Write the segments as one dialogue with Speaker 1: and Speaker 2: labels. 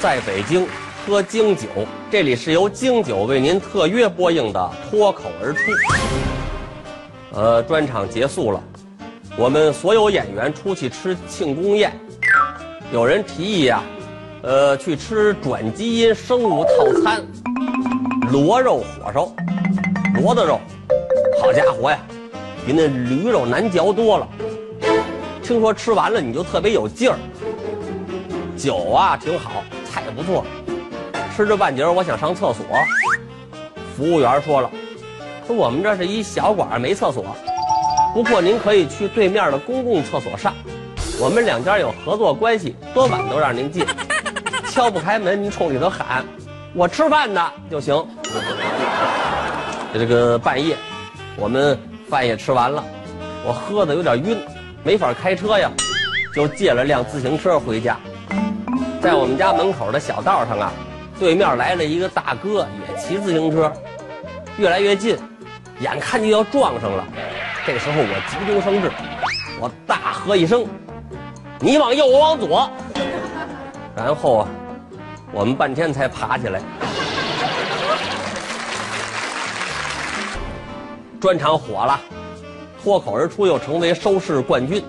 Speaker 1: 在北京喝京酒，这里是由京酒为您特约播映的《脱口而出》。呃，专场结束了，我们所有演员出去吃庆功宴，有人提议呀、呃，去吃转基因生物套餐，螺肉火烧，骡子肉，好家伙呀，比那驴肉难嚼多了。听说吃完了你就特别有劲儿，酒啊挺好，菜不错。吃着半截儿，我想上厕所，服务员说了，说我们这是一小馆儿，没厕所，不过您可以去对面的公共厕所上，我们两家有合作关系，多晚都让您进。敲不开门，您冲里头喊，我吃饭呢就行。这个半夜，我们饭也吃完了，我喝的有点晕，没法开车呀，就借了辆自行车回家。在我们家门口的小道上啊，对面来了一个大哥，也骑自行车，越来越近，眼看就要撞上了。这时候我急中生智，我大喝一声：“你往右，我往左！”然后啊，我们半天才爬起来。专场火了，脱口而出又成为收视冠军，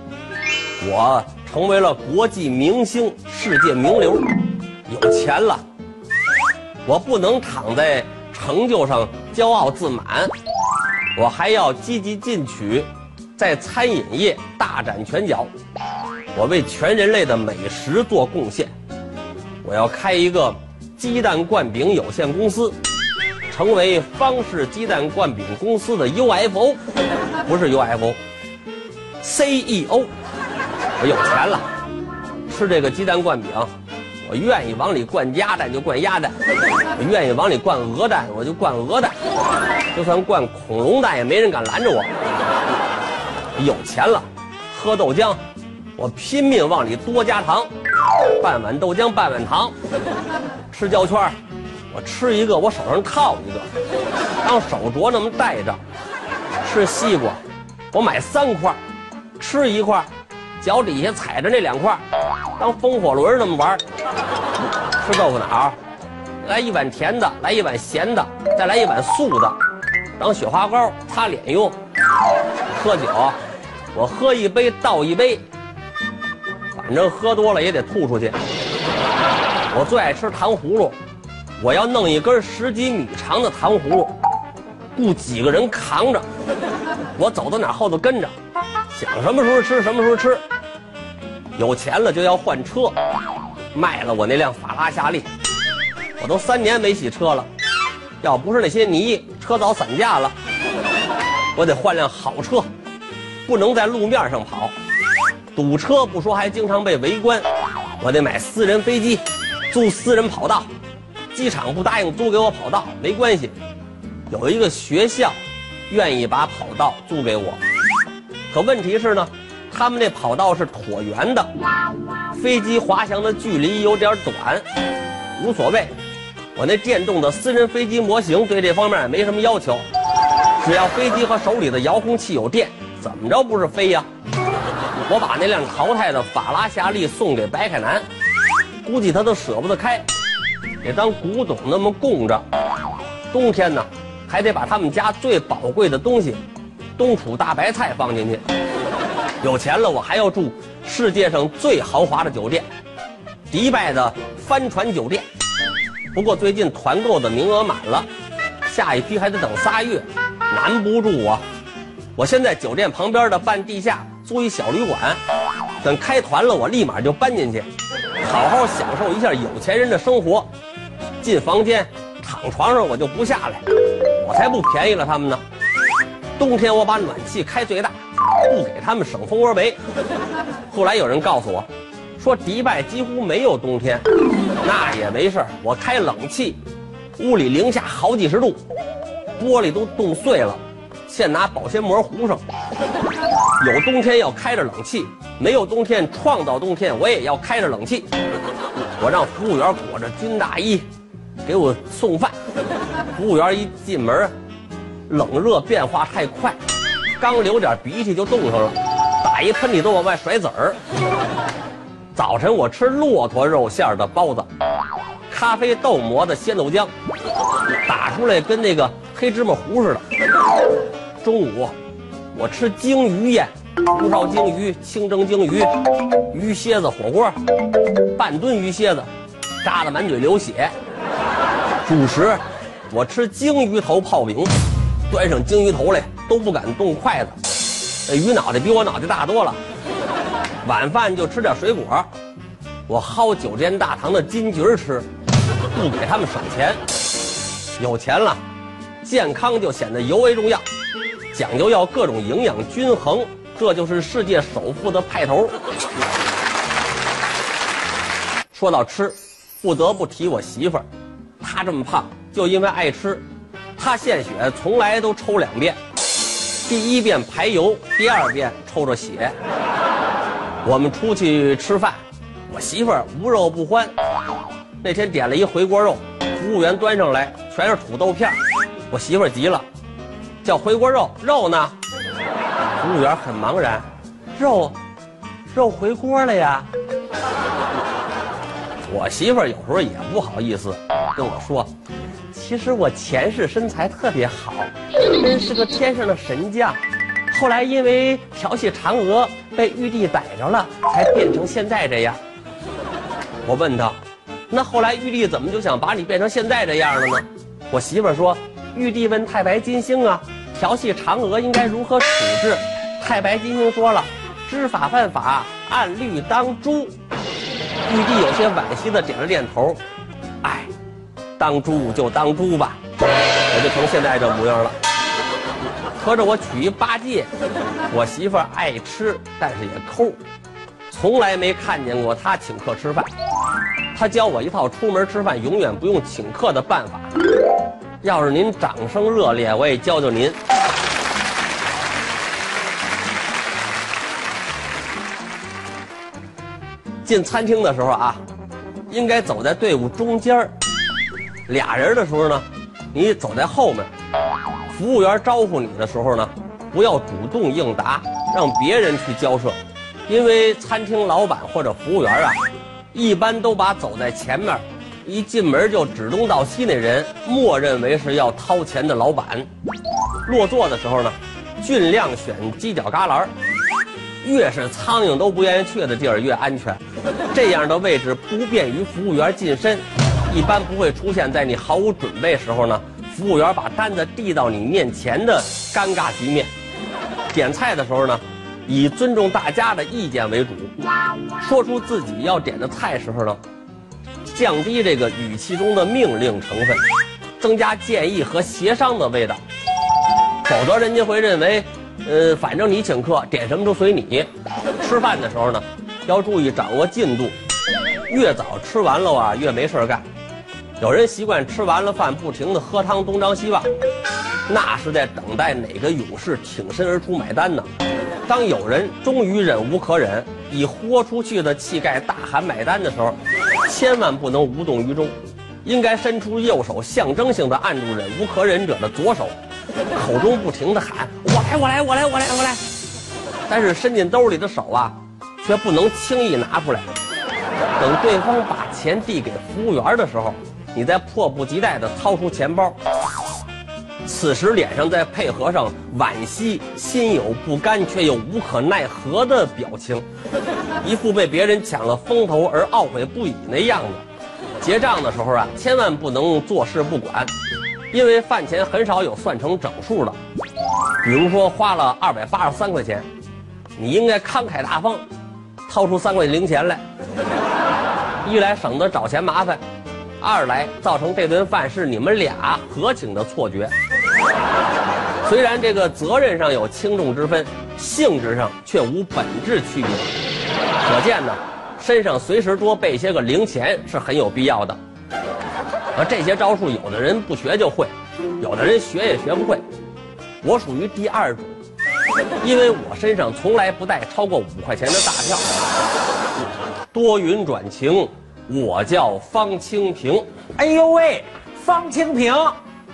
Speaker 1: 我成为了国际明星、世界名流，有钱了。我不能躺在成就上骄傲自满，我还要积极进取，在餐饮业大展拳脚。我为全人类的美食做贡献。我要开一个鸡蛋灌饼有限公司，成为方氏鸡蛋灌饼公司的 UFO，不是 UFO，CEO。我有钱了，吃这个鸡蛋灌饼，我愿意往里灌鸭蛋就灌鸭蛋，我愿意往里灌鹅蛋我就灌鹅蛋，就算灌恐龙蛋也没人敢拦着我。有钱了，喝豆浆，我拼命往里多加糖，半碗豆浆半碗糖。吃胶圈儿，我吃一个，我手上套一个，当手镯那么戴着。吃西瓜，我买三块儿，吃一块儿，脚底下踩着那两块儿，当风火轮那么玩儿。吃豆腐脑儿，来一碗甜的，来一碗咸的，再来一碗素的，当雪花膏擦脸用。喝酒，我喝一杯倒一杯，反正喝多了也得吐出去。我最爱吃糖葫芦，我要弄一根十几米长的糖葫芦，雇几个人扛着，我走到哪儿后头跟着，想什么时候吃什么时候吃。有钱了就要换车，卖了我那辆法拉夏利，我都三年没洗车了，要不是那些泥，车早散架了。我得换辆好车，不能在路面上跑，堵车不说，还经常被围观。我得买私人飞机，租私人跑道，机场不答应租给我跑道没关系，有一个学校愿意把跑道租给我。可问题是呢，他们那跑道是椭圆的，飞机滑翔的距离有点短，无所谓。我那电动的私人飞机模型对这方面也没什么要求，只要飞机和手里的遥控器有电，怎么着不是飞呀？我把那辆淘汰的法拉夏利送给白凯南，估计他都舍不得开，得当古董那么供着。冬天呢，还得把他们家最宝贵的东西——冬储大白菜放进去。有钱了，我还要住世界上最豪华的酒店——迪拜的帆船酒店。不过最近团购的名额满了，下一批还得等仨月，难不住我。我先在酒店旁边的半地下租一小旅馆，等开团了，我立马就搬进去，好好享受一下有钱人的生活。进房间，躺床上我就不下来，我才不便宜了他们呢。冬天我把暖气开最大，不给他们省蜂窝煤。后来有人告诉我，说迪拜几乎没有冬天，那也没事儿我开冷气，屋里零下好几十度，玻璃都冻碎了，现拿保鲜膜糊上。有冬天要开着冷气，没有冬天创造冬天，我也要开着冷气。我让服务员裹着军大衣给我送饭，服务员一进门啊，冷热变化太快，刚流点鼻涕就冻上了，打一喷嚏都往外甩籽儿。早晨我吃骆驼肉馅儿的包子，咖啡豆磨的鲜豆浆，打出来跟那个黑芝麻糊似的。中午啊我吃鲸鱼宴，红烧鲸鱼、清蒸鲸鱼、鱼蝎子火锅，半吨鱼蝎子，扎的满嘴流血。主食我吃鲸鱼头泡饼，端上鲸鱼头来都不敢动筷子，那鱼脑袋比我脑袋大多了。晚饭就吃点水果，我薅酒店大堂的金桔儿吃，不给他们省钱。有钱了，健康就显得尤为重要，讲究要各种营养均衡，这就是世界首富的派头。说到吃，不得不提我媳妇儿，她这么胖就因为爱吃，她献血从来都抽两遍，第一遍排油，第二遍抽着血。我们出去吃饭，我媳妇儿无肉不欢。那天点了一回锅肉，服务员端上来全是土豆片儿我媳妇儿急了，叫回锅肉，肉呢？服务员很茫然，肉，肉回锅了呀。我媳妇儿有时候也不好意思跟我说，其实我前世身材特别好，真是个天上的神将。后来因为调戏嫦娥被玉帝逮着了，才变成现在这样。我问他，那后来玉帝怎么就想把你变成现在这样了呢？我媳妇儿说，玉帝问太白金星啊，调戏嫦娥应该如何处置？太白金星说了，知法犯法，按律当诛。玉帝有些惋惜的点了点头，哎，当猪就当猪吧，我就成现在这模样了。合着我娶一八戒，我媳妇儿爱吃，但是也抠，从来没看见过她请客吃饭。她教我一套出门吃饭永远不用请客的办法。要是您掌声热烈，我也教教您。进餐厅的时候啊，应该走在队伍中间儿。俩人的时候呢，你走在后面。服务员招呼你的时候呢，不要主动应答，让别人去交涉，因为餐厅老板或者服务员啊，一般都把走在前面，一进门就指东道西那人，默认为是要掏钱的老板。落座的时候呢，尽量选犄角旮旯，越是苍蝇都不愿意去的地儿越安全，这样的位置不便于服务员近身，一般不会出现在你毫无准备时候呢。服务员把单子递到你面前的尴尬局面。点菜的时候呢，以尊重大家的意见为主，说出自己要点的菜时候呢，降低这个语气中的命令成分，增加建议和协商的味道。否则人家会认为，呃，反正你请客，点什么都随你。吃饭的时候呢，要注意掌握进度，越早吃完了啊，越没事儿干。有人习惯吃完了饭不停的喝汤东张西望，那是在等待哪个勇士挺身而出买单呢？当有人终于忍无可忍，以豁出去的气概大喊买单的时候，千万不能无动于衷，应该伸出右手象征性的按住忍无可忍者的左手，口中不停的喊我来我来我来我来我来，但是伸进兜里的手啊，却不能轻易拿出来。等对方把钱递给服务员的时候。你再迫不及待地掏出钱包，此时脸上再配合上惋惜、心有不甘却又无可奈何的表情，一副被别人抢了风头而懊悔不已那样子。结账的时候啊，千万不能坐视不管，因为饭钱很少有算成整数的。比如说花了二百八十三块钱，你应该慷慨大方，掏出三块零钱来，一来省得找钱麻烦。二来造成这顿饭是你们俩合情的错觉，虽然这个责任上有轻重之分，性质上却无本质区别。可见呢，身上随时多备些个零钱是很有必要的。而这些招数，有的人不学就会，有的人学也学不会。我属于第二种，因为我身上从来不带超过五块钱的大票。多云转晴。我叫方清平，
Speaker 2: 哎呦喂，方清平，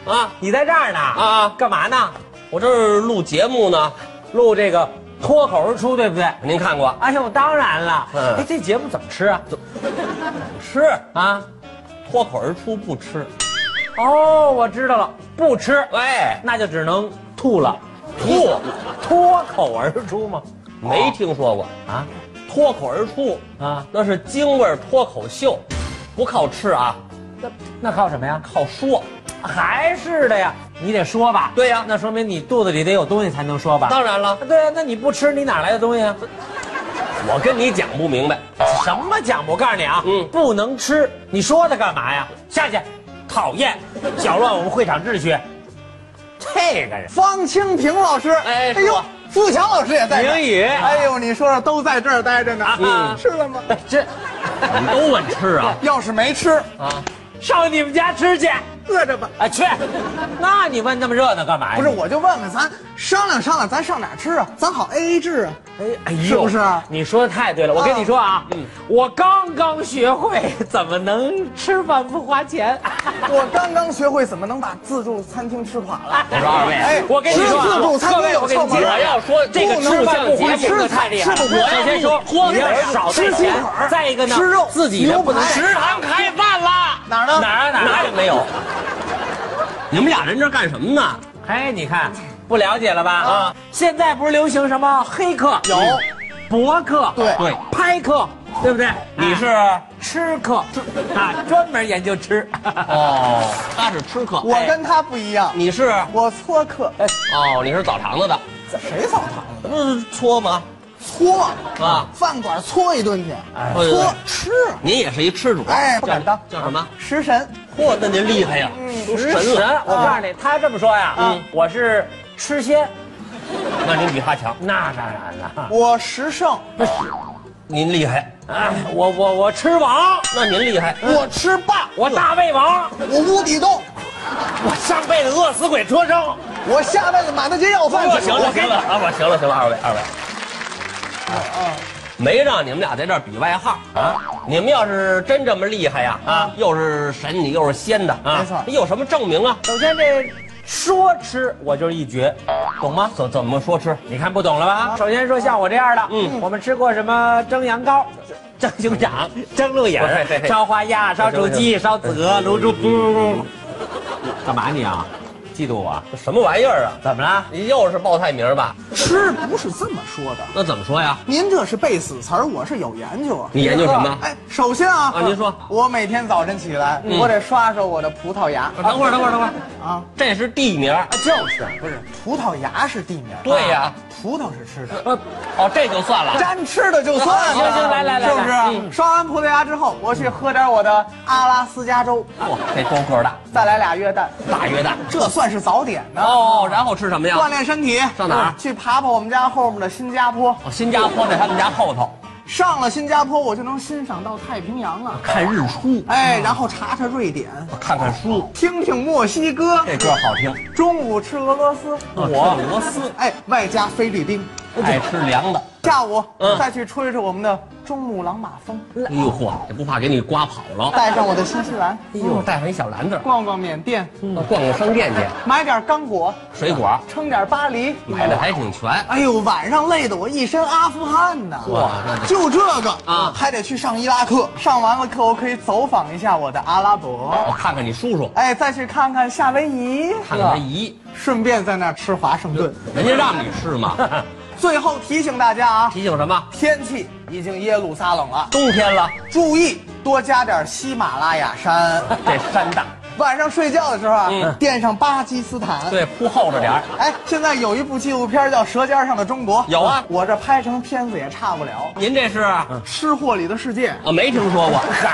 Speaker 1: 啊
Speaker 2: 你在这儿呢？
Speaker 1: 啊，啊！
Speaker 2: 干嘛呢？
Speaker 1: 我这儿录节目呢，
Speaker 2: 录这个脱口而出，对不对？
Speaker 1: 您看过？
Speaker 2: 哎呦，当然了。
Speaker 1: 嗯
Speaker 2: 哎，这节目怎么吃啊？
Speaker 1: 吃
Speaker 2: 啊，
Speaker 1: 脱口而出不吃。
Speaker 2: 哦，我知道了，不吃，
Speaker 1: 喂，
Speaker 2: 那就只能吐了，
Speaker 1: 吐
Speaker 2: 脱口而出吗？
Speaker 1: 没听说过，
Speaker 2: 啊
Speaker 1: 脱口而出
Speaker 2: 哦啊，
Speaker 1: 那是京味儿脱口秀，不靠吃啊，
Speaker 2: 那那靠什么呀？
Speaker 1: 靠说。
Speaker 2: 还是的呀，你得说吧。
Speaker 1: 对呀
Speaker 2: 那说明你肚子里得有东西才能说吧？
Speaker 1: 当然了，
Speaker 2: 对呀，啊那你不吃，你哪来的东西啊？
Speaker 1: 我跟你讲不明白，
Speaker 2: 什么讲？我告诉你啊，
Speaker 1: 嗯
Speaker 2: 不能吃，你说它干嘛呀？下去，讨厌，搅乱我们会场秩序。这个人，
Speaker 3: 方清平老师，
Speaker 1: 哎说，
Speaker 3: 富强老师也在这儿
Speaker 2: 明宇
Speaker 3: 哎呦，你说说，都在这儿待着呢，
Speaker 2: 嗯
Speaker 3: 吃了吗？
Speaker 2: 这你们都问吃啊？
Speaker 3: 要是没吃，
Speaker 2: 上你们家吃去！
Speaker 3: 饿着吧。
Speaker 2: 啊，去！那你问那么热闹干嘛呀？
Speaker 3: 不是，我就问问咱商量商量，咱上哪儿吃啊？咱好 A A 制啊。
Speaker 2: 哎，哎呦
Speaker 3: 是不啊嗯是
Speaker 2: 你说的太对了，我跟你说啊，我刚刚学会怎么能吃饭不花钱。
Speaker 3: 我刚刚学会怎么能把自助餐厅吃垮了。
Speaker 1: 我说二位，
Speaker 3: 哎
Speaker 2: 我跟你说啊
Speaker 3: 吃自助餐
Speaker 2: 各
Speaker 3: 厅
Speaker 2: 位
Speaker 3: 有
Speaker 2: 我跟你
Speaker 3: 窍
Speaker 2: 介绍
Speaker 3: 门
Speaker 1: 我
Speaker 3: 儿
Speaker 2: 一下
Speaker 1: 要说这个
Speaker 3: 不能
Speaker 1: 吃饭不花
Speaker 3: 吃
Speaker 1: 钱可太厉害了。
Speaker 3: 吃不
Speaker 1: 我
Speaker 3: 花
Speaker 1: 要
Speaker 3: 钱
Speaker 1: 先说，
Speaker 2: 脱
Speaker 1: 你要
Speaker 2: 口
Speaker 1: 少带
Speaker 3: 吃鸡
Speaker 1: 钱
Speaker 3: 腿，儿，
Speaker 2: 再一个呢，
Speaker 3: 吃肉，
Speaker 2: 自己的
Speaker 3: 牛排，
Speaker 2: 食堂开饭啦！
Speaker 3: 哪儿呢
Speaker 2: 哪儿啊哪
Speaker 1: 哪
Speaker 2: 儿
Speaker 1: 也没有。你们俩人这干什么呢？
Speaker 2: 哎，你看，不了解了吧？啊，现在不是流行什么黑客、
Speaker 3: 有
Speaker 2: 博客、
Speaker 3: 对
Speaker 1: 对
Speaker 2: 拍客，对不对？
Speaker 1: 你是
Speaker 2: 吃客哎啊， 专门研究吃。
Speaker 1: 哦，他是吃客，
Speaker 3: 我
Speaker 2: 哎
Speaker 3: 跟他不一样，
Speaker 1: 你是
Speaker 3: 我搓客，
Speaker 1: 哦，你是澡堂子的，
Speaker 3: 这谁澡堂子？
Speaker 1: 不是搓吗？
Speaker 3: 搓
Speaker 1: 啊
Speaker 3: 饭馆搓一顿去，
Speaker 2: 哎
Speaker 1: 对对对
Speaker 3: 搓吃，
Speaker 1: 您也是一吃主，
Speaker 3: 哎，不敢当，
Speaker 1: 叫什么？
Speaker 3: 食神。
Speaker 1: 嚯，那您厉害呀，都神啊
Speaker 2: 食
Speaker 1: 了。
Speaker 2: 神，啊我告诉你，他这么说呀，
Speaker 3: 嗯
Speaker 2: 我是吃仙，
Speaker 1: 那您比他强，
Speaker 2: 那当然了，
Speaker 3: 我食圣，
Speaker 1: 您厉害，嗯
Speaker 2: 啊，我我我吃王，
Speaker 1: 那您厉害。
Speaker 2: 嗯
Speaker 3: 我吃霸，
Speaker 2: 我大胃王，
Speaker 3: 我无底洞，
Speaker 2: 我上辈子饿死鬼车生，
Speaker 3: 我下辈子满大街要饭
Speaker 1: 我
Speaker 3: 去。
Speaker 1: 行了行了啊，我行了行了，二位二位，没让你们俩在这儿比外号哦啊！你们要是真这么厉害呀啊，又是神你又是仙的啊，
Speaker 3: 没错
Speaker 1: 有什么证明啊？
Speaker 2: 首先这说吃我就是一绝，懂吗？
Speaker 1: 怎怎么说吃？
Speaker 2: 你看不懂了吧？啊首先说像我这样的，
Speaker 1: 嗯
Speaker 2: 我们吃过什么蒸羊羔、蒸熊掌、蒸鹿眼
Speaker 1: 不是嘿嘿、
Speaker 2: 烧花鸭、烧雏鸡、烧子鹅、卤猪。干嘛你嗯啊？嫉妒我？
Speaker 1: 什么玩意儿啊？
Speaker 2: 怎么了？
Speaker 1: 你又是报菜名吧？
Speaker 3: 吃不是这么说的，
Speaker 1: 那怎么说呀？
Speaker 3: 您这是背死词儿，我是有研究啊。
Speaker 1: 你研究什么？
Speaker 3: 哎，首先啊，
Speaker 1: 啊您说嗯
Speaker 3: 我每天早晨起来，我得刷刷我的葡萄牙
Speaker 1: 等会儿等会儿等会儿，
Speaker 3: 啊，
Speaker 1: 这是地名。
Speaker 3: 就是不是葡萄牙是地名，
Speaker 1: 对呀
Speaker 3: 啊葡萄是吃的，
Speaker 1: 呃，哦，这就算了。
Speaker 3: 沾吃的就算了，
Speaker 1: 啊
Speaker 2: 行行来来来
Speaker 3: 是不
Speaker 2: 来
Speaker 1: 嗯
Speaker 3: 是？刷完葡萄牙之后，我去喝点我的阿拉斯加州，
Speaker 1: 哇，这高个儿大，
Speaker 3: 再来俩约旦，
Speaker 1: 大约大。
Speaker 3: 这算是早点呢。
Speaker 1: 哦，然后吃什么呀？
Speaker 3: 锻炼身体，
Speaker 1: 上哪儿
Speaker 3: 去爬爬我们家后面的新加坡。
Speaker 1: 哦，新加坡在他们家后头
Speaker 3: 上了新加坡，我就能欣赏到太平洋了。
Speaker 1: 看日出，
Speaker 3: 哎，然后查查瑞典，
Speaker 1: 看看书，
Speaker 3: 听听墨西哥，
Speaker 1: 这歌好听。
Speaker 3: 中午吃俄罗斯，
Speaker 1: 我俄罗斯
Speaker 3: 哎，外加菲律宾。
Speaker 1: 爱吃凉的。
Speaker 3: 下午
Speaker 1: 嗯
Speaker 3: 再去吹吹我们的珠穆朗玛峰，
Speaker 1: 哎呦嚯，这不怕给你刮跑了？
Speaker 3: 带上我的新西兰，
Speaker 1: 哎呦，带上一小篮子，
Speaker 3: 逛逛缅甸，
Speaker 1: 逛逛商店去，
Speaker 3: 买点刚果，
Speaker 1: 水果
Speaker 3: 称点巴黎。
Speaker 1: 买的还挺全。
Speaker 3: 哎呦，晚上累得我一身阿富汗呐！
Speaker 1: 哇那得
Speaker 3: 就这个
Speaker 1: 啊
Speaker 3: 还得去上伊拉克。上完了课，我可以走访一下我的阿拉伯。
Speaker 1: 我看看你叔叔，
Speaker 3: 哎，再去看看夏威夷，
Speaker 1: 看看他姨，
Speaker 3: 顺便在那儿吃华盛顿。
Speaker 1: 人家让你吃吗？
Speaker 3: 最后提醒大家啊，
Speaker 1: 提醒什么？
Speaker 3: 天气已经耶路撒冷了，
Speaker 1: 冬天了，
Speaker 3: 注意多加点喜马拉雅山。
Speaker 1: 这山大，
Speaker 3: 晚上睡觉的时候啊，
Speaker 1: 嗯
Speaker 3: 垫上巴基斯坦。
Speaker 1: 对，铺厚着点儿。
Speaker 3: 哎，现在有一部纪录片叫《舌尖上的中国》，
Speaker 1: 有啊
Speaker 3: 我这拍成片子也差不了。
Speaker 1: 您这是啊？
Speaker 3: 吃货里的世界，
Speaker 1: 没听说过。
Speaker 2: 嗨，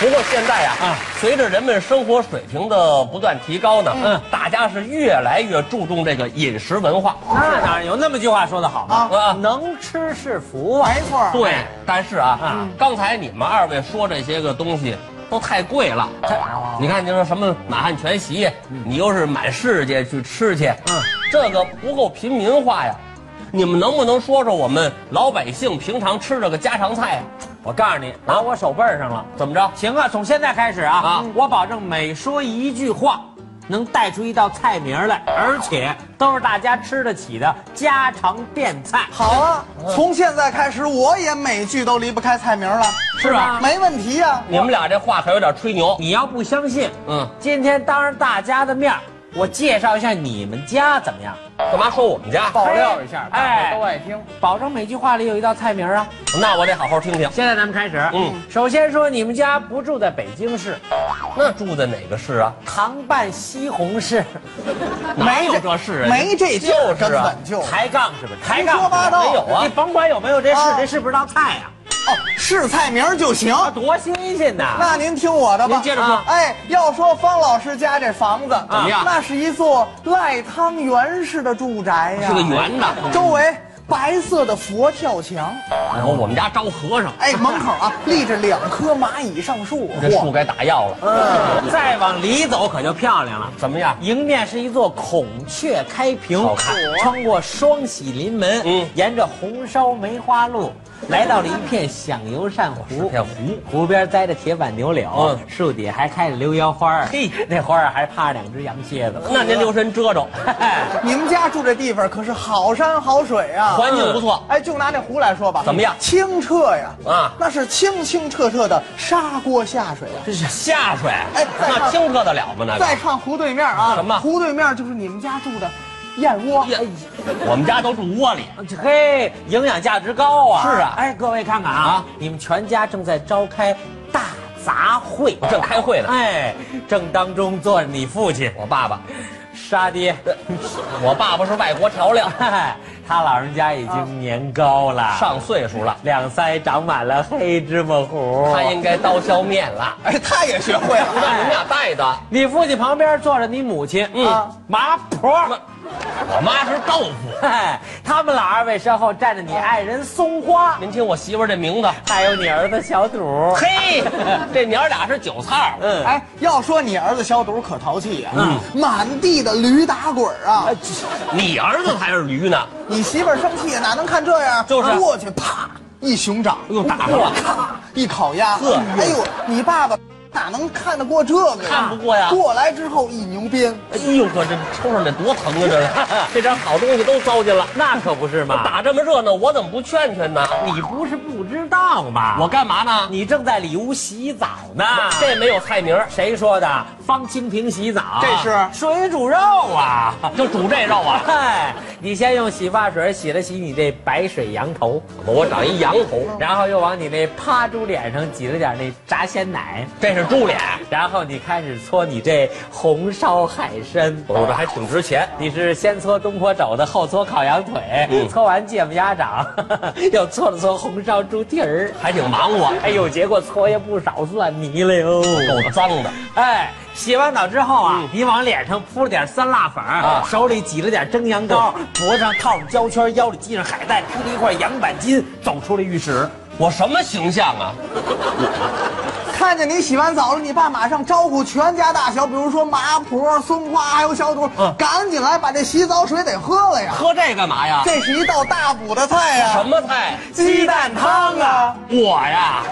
Speaker 1: 不过现在呀，
Speaker 2: 啊
Speaker 1: 随着人们生活水平的不断提高呢，嗯
Speaker 2: 嗯，
Speaker 1: 大家是越来越注重这个饮食文化。
Speaker 2: 那当然有那么句话说得好嘛，
Speaker 1: 啊
Speaker 2: 能吃是福啊。
Speaker 3: 没错儿。
Speaker 1: 对，但是啊，
Speaker 2: 嗯
Speaker 1: 刚才你们二位说这些个东西都太贵了。你看，你说什么满汉全席，你又是满世界去吃去，嗯，这个不够平民化呀。你们能不能说说我们老百姓平常吃这个家常菜呀、
Speaker 2: 我告诉你，拿我手背儿上了。
Speaker 1: 怎么着？
Speaker 2: 行啊，从现在开始啊，
Speaker 1: 啊
Speaker 2: 我保证每说一句话，能带出一道菜名来，而且都是大家吃得起的家常便菜。
Speaker 3: 好啊，从现在开始，我也每句都离不开菜名了，
Speaker 2: 是吧
Speaker 3: 没问题啊呀、
Speaker 1: 你们俩这话可有点吹牛。
Speaker 2: 你要不相信，
Speaker 1: 嗯，
Speaker 2: 今天当着大家的面儿，我介绍一下你们家怎么样？
Speaker 1: 干嘛说我们家？
Speaker 3: 爆料一下，大
Speaker 2: 哎
Speaker 3: 家都爱听。
Speaker 2: 保证每句话里有一道菜名啊。
Speaker 1: 那我得好好听听。
Speaker 2: 现在咱们开始，
Speaker 1: 嗯，
Speaker 2: 首先说你们家不住在北京市，
Speaker 1: 那住在哪个市啊？
Speaker 2: 糖拌西红柿，
Speaker 1: 哪有这事啊？
Speaker 3: 没这劲
Speaker 1: 就
Speaker 3: 儿，
Speaker 1: 是
Speaker 3: 根
Speaker 1: 啊
Speaker 3: 本就
Speaker 2: 抬杠是吧？抬杠
Speaker 3: 胡说八道
Speaker 2: 没有啊？你甭管有没有这事，
Speaker 3: 啊
Speaker 2: 这是不是道菜呀？
Speaker 3: 哦，是菜名儿就行。
Speaker 2: 啊，多新鲜呐！
Speaker 3: 那您听我的
Speaker 1: 啊
Speaker 3: 吧，
Speaker 1: 您接着说啊
Speaker 3: 啊哎，要说方老师家这房子怎
Speaker 1: 么样
Speaker 3: 那是一座赖汤圆式的住宅呀，嗯
Speaker 1: 是个圆的。
Speaker 3: 周围白色的佛跳墙，
Speaker 1: 然后我们家招和尚，
Speaker 3: 哎，门口 啊立着两棵蚂蚁上树，
Speaker 1: 这树该打药了。
Speaker 2: 再往里走可就漂亮了。
Speaker 1: 怎么样？
Speaker 2: 迎面是一座孔雀开屏
Speaker 1: 好看，
Speaker 2: 穿过双喜临门，
Speaker 1: 嗯
Speaker 2: 沿着红烧梅花路，来到了一片响游扇湖。
Speaker 1: 片湖，
Speaker 2: 湖边栽着铁板牛柳，
Speaker 1: 嗯
Speaker 2: 树底还开着溜腰花儿。
Speaker 1: 嘿
Speaker 2: 那花儿还趴着两只羊蝎子。
Speaker 1: 那您留神遮着，
Speaker 3: 你们家住这地方可是好山好水啊，
Speaker 1: 环境不错。
Speaker 3: 哎，就拿那湖来说吧，
Speaker 1: 怎么样
Speaker 3: 清澈呀，
Speaker 1: 啊
Speaker 3: 那是清清澈澈的砂锅下水啊。
Speaker 2: 这 是
Speaker 1: 下水，
Speaker 3: 哎再看
Speaker 1: 那清澈得了吗？那
Speaker 3: 再
Speaker 1: 个，哎
Speaker 3: 看湖对面啊，
Speaker 1: 什么
Speaker 3: 湖对面就是你们家住的燕窝。
Speaker 1: 呀我们家都住窝里。
Speaker 2: 嘿，营养价值高啊！
Speaker 1: 是啊
Speaker 2: 哎，各位看看啊，
Speaker 1: 啊
Speaker 2: 你们全家正在召开大杂烩，
Speaker 1: 我正开会呢，
Speaker 2: 哎，正当中坐着你父亲
Speaker 1: 我爸爸，
Speaker 2: 沙爹，
Speaker 1: 我爸爸是外国调料，
Speaker 2: 哎，他老人家已经年高了，
Speaker 1: 啊上岁数了，
Speaker 2: 两腮长满了黑芝麻糊。
Speaker 1: 他应该刀削面了。
Speaker 3: 哎，他也学会
Speaker 1: 不
Speaker 3: 了。
Speaker 1: 让你们俩带的，
Speaker 2: 你父亲旁边坐着你母亲，
Speaker 1: 嗯
Speaker 3: 啊
Speaker 2: 麻婆。
Speaker 1: 我妈是豆腐。
Speaker 2: 哎， 他们老二位身后站着你爱人松花，
Speaker 1: 您听我媳妇儿这名字，
Speaker 2: 还有你儿子小肚。
Speaker 1: 嘿，这娘儿俩是韭菜儿。
Speaker 2: 嗯，
Speaker 3: 哎，要说你儿子小赌可淘气呀、啊
Speaker 1: 嗯
Speaker 3: 满地的驴打滚儿啊！
Speaker 1: 哎你儿子才是驴呢，
Speaker 3: 你媳妇儿生气哪能看这样？啊
Speaker 1: 就是
Speaker 3: 过去啪一熊掌，
Speaker 1: 又打上
Speaker 3: 我
Speaker 1: 了。
Speaker 3: 咔一烤鸭，
Speaker 1: 呵
Speaker 3: 哎呦，你爸爸哪能看得过这个呀？
Speaker 1: 看不过呀
Speaker 3: 过来之后一牛鞭，
Speaker 1: 哎呦，可这抽上得多疼啊！这这点好东西都糟践了。
Speaker 2: 那可不是嘛。
Speaker 1: 打这么热闹，我怎么不劝劝呢？
Speaker 2: 你不是不知道吗？
Speaker 1: 我干嘛呢？
Speaker 2: 你正在里屋洗澡呢。
Speaker 1: 这没有菜名儿，
Speaker 2: 谁说的？方清平洗澡，
Speaker 3: 这是
Speaker 2: 水煮肉啊！
Speaker 1: 就煮这肉 啊！
Speaker 2: 嗨，你先用洗发水洗了洗你这白水羊头，
Speaker 1: 我长一羊头，
Speaker 2: 然后又往你那趴猪脸上挤了点那炸鲜奶，
Speaker 1: 这是猪脸，
Speaker 2: 然后你开始搓你这红烧海参。
Speaker 1: 我说这还挺值钱。
Speaker 2: 你是先搓东坡肘子，后搓烤羊腿，
Speaker 1: 嗯
Speaker 2: 搓完芥末鸭掌， 又搓了搓红烧猪蹄儿。
Speaker 1: 还挺忙活，
Speaker 2: 哎呦，结果搓下不少蒜泥了哟。
Speaker 1: 够脏的。
Speaker 2: 哎，洗完澡之后啊，
Speaker 1: 哦嗯
Speaker 2: 你往脸上铺了点酸辣粉儿，
Speaker 1: 啊嗯
Speaker 2: 手里挤了点蒸羊羔，脖子上套上胶圈，腰里系上海带，披了一块羊板筋，走出了浴室。
Speaker 1: 我什么形象啊？
Speaker 3: 看见你洗完澡了，你爸马上招呼全家大小，比如说麻婆、松花还有小肚，
Speaker 1: 嗯
Speaker 3: 赶紧来把这洗澡水得喝了呀！
Speaker 1: 喝这干嘛呀？
Speaker 3: 这是一道大补的菜呀、
Speaker 1: 什么菜？
Speaker 3: 鸡蛋汤啊！
Speaker 1: 我呀，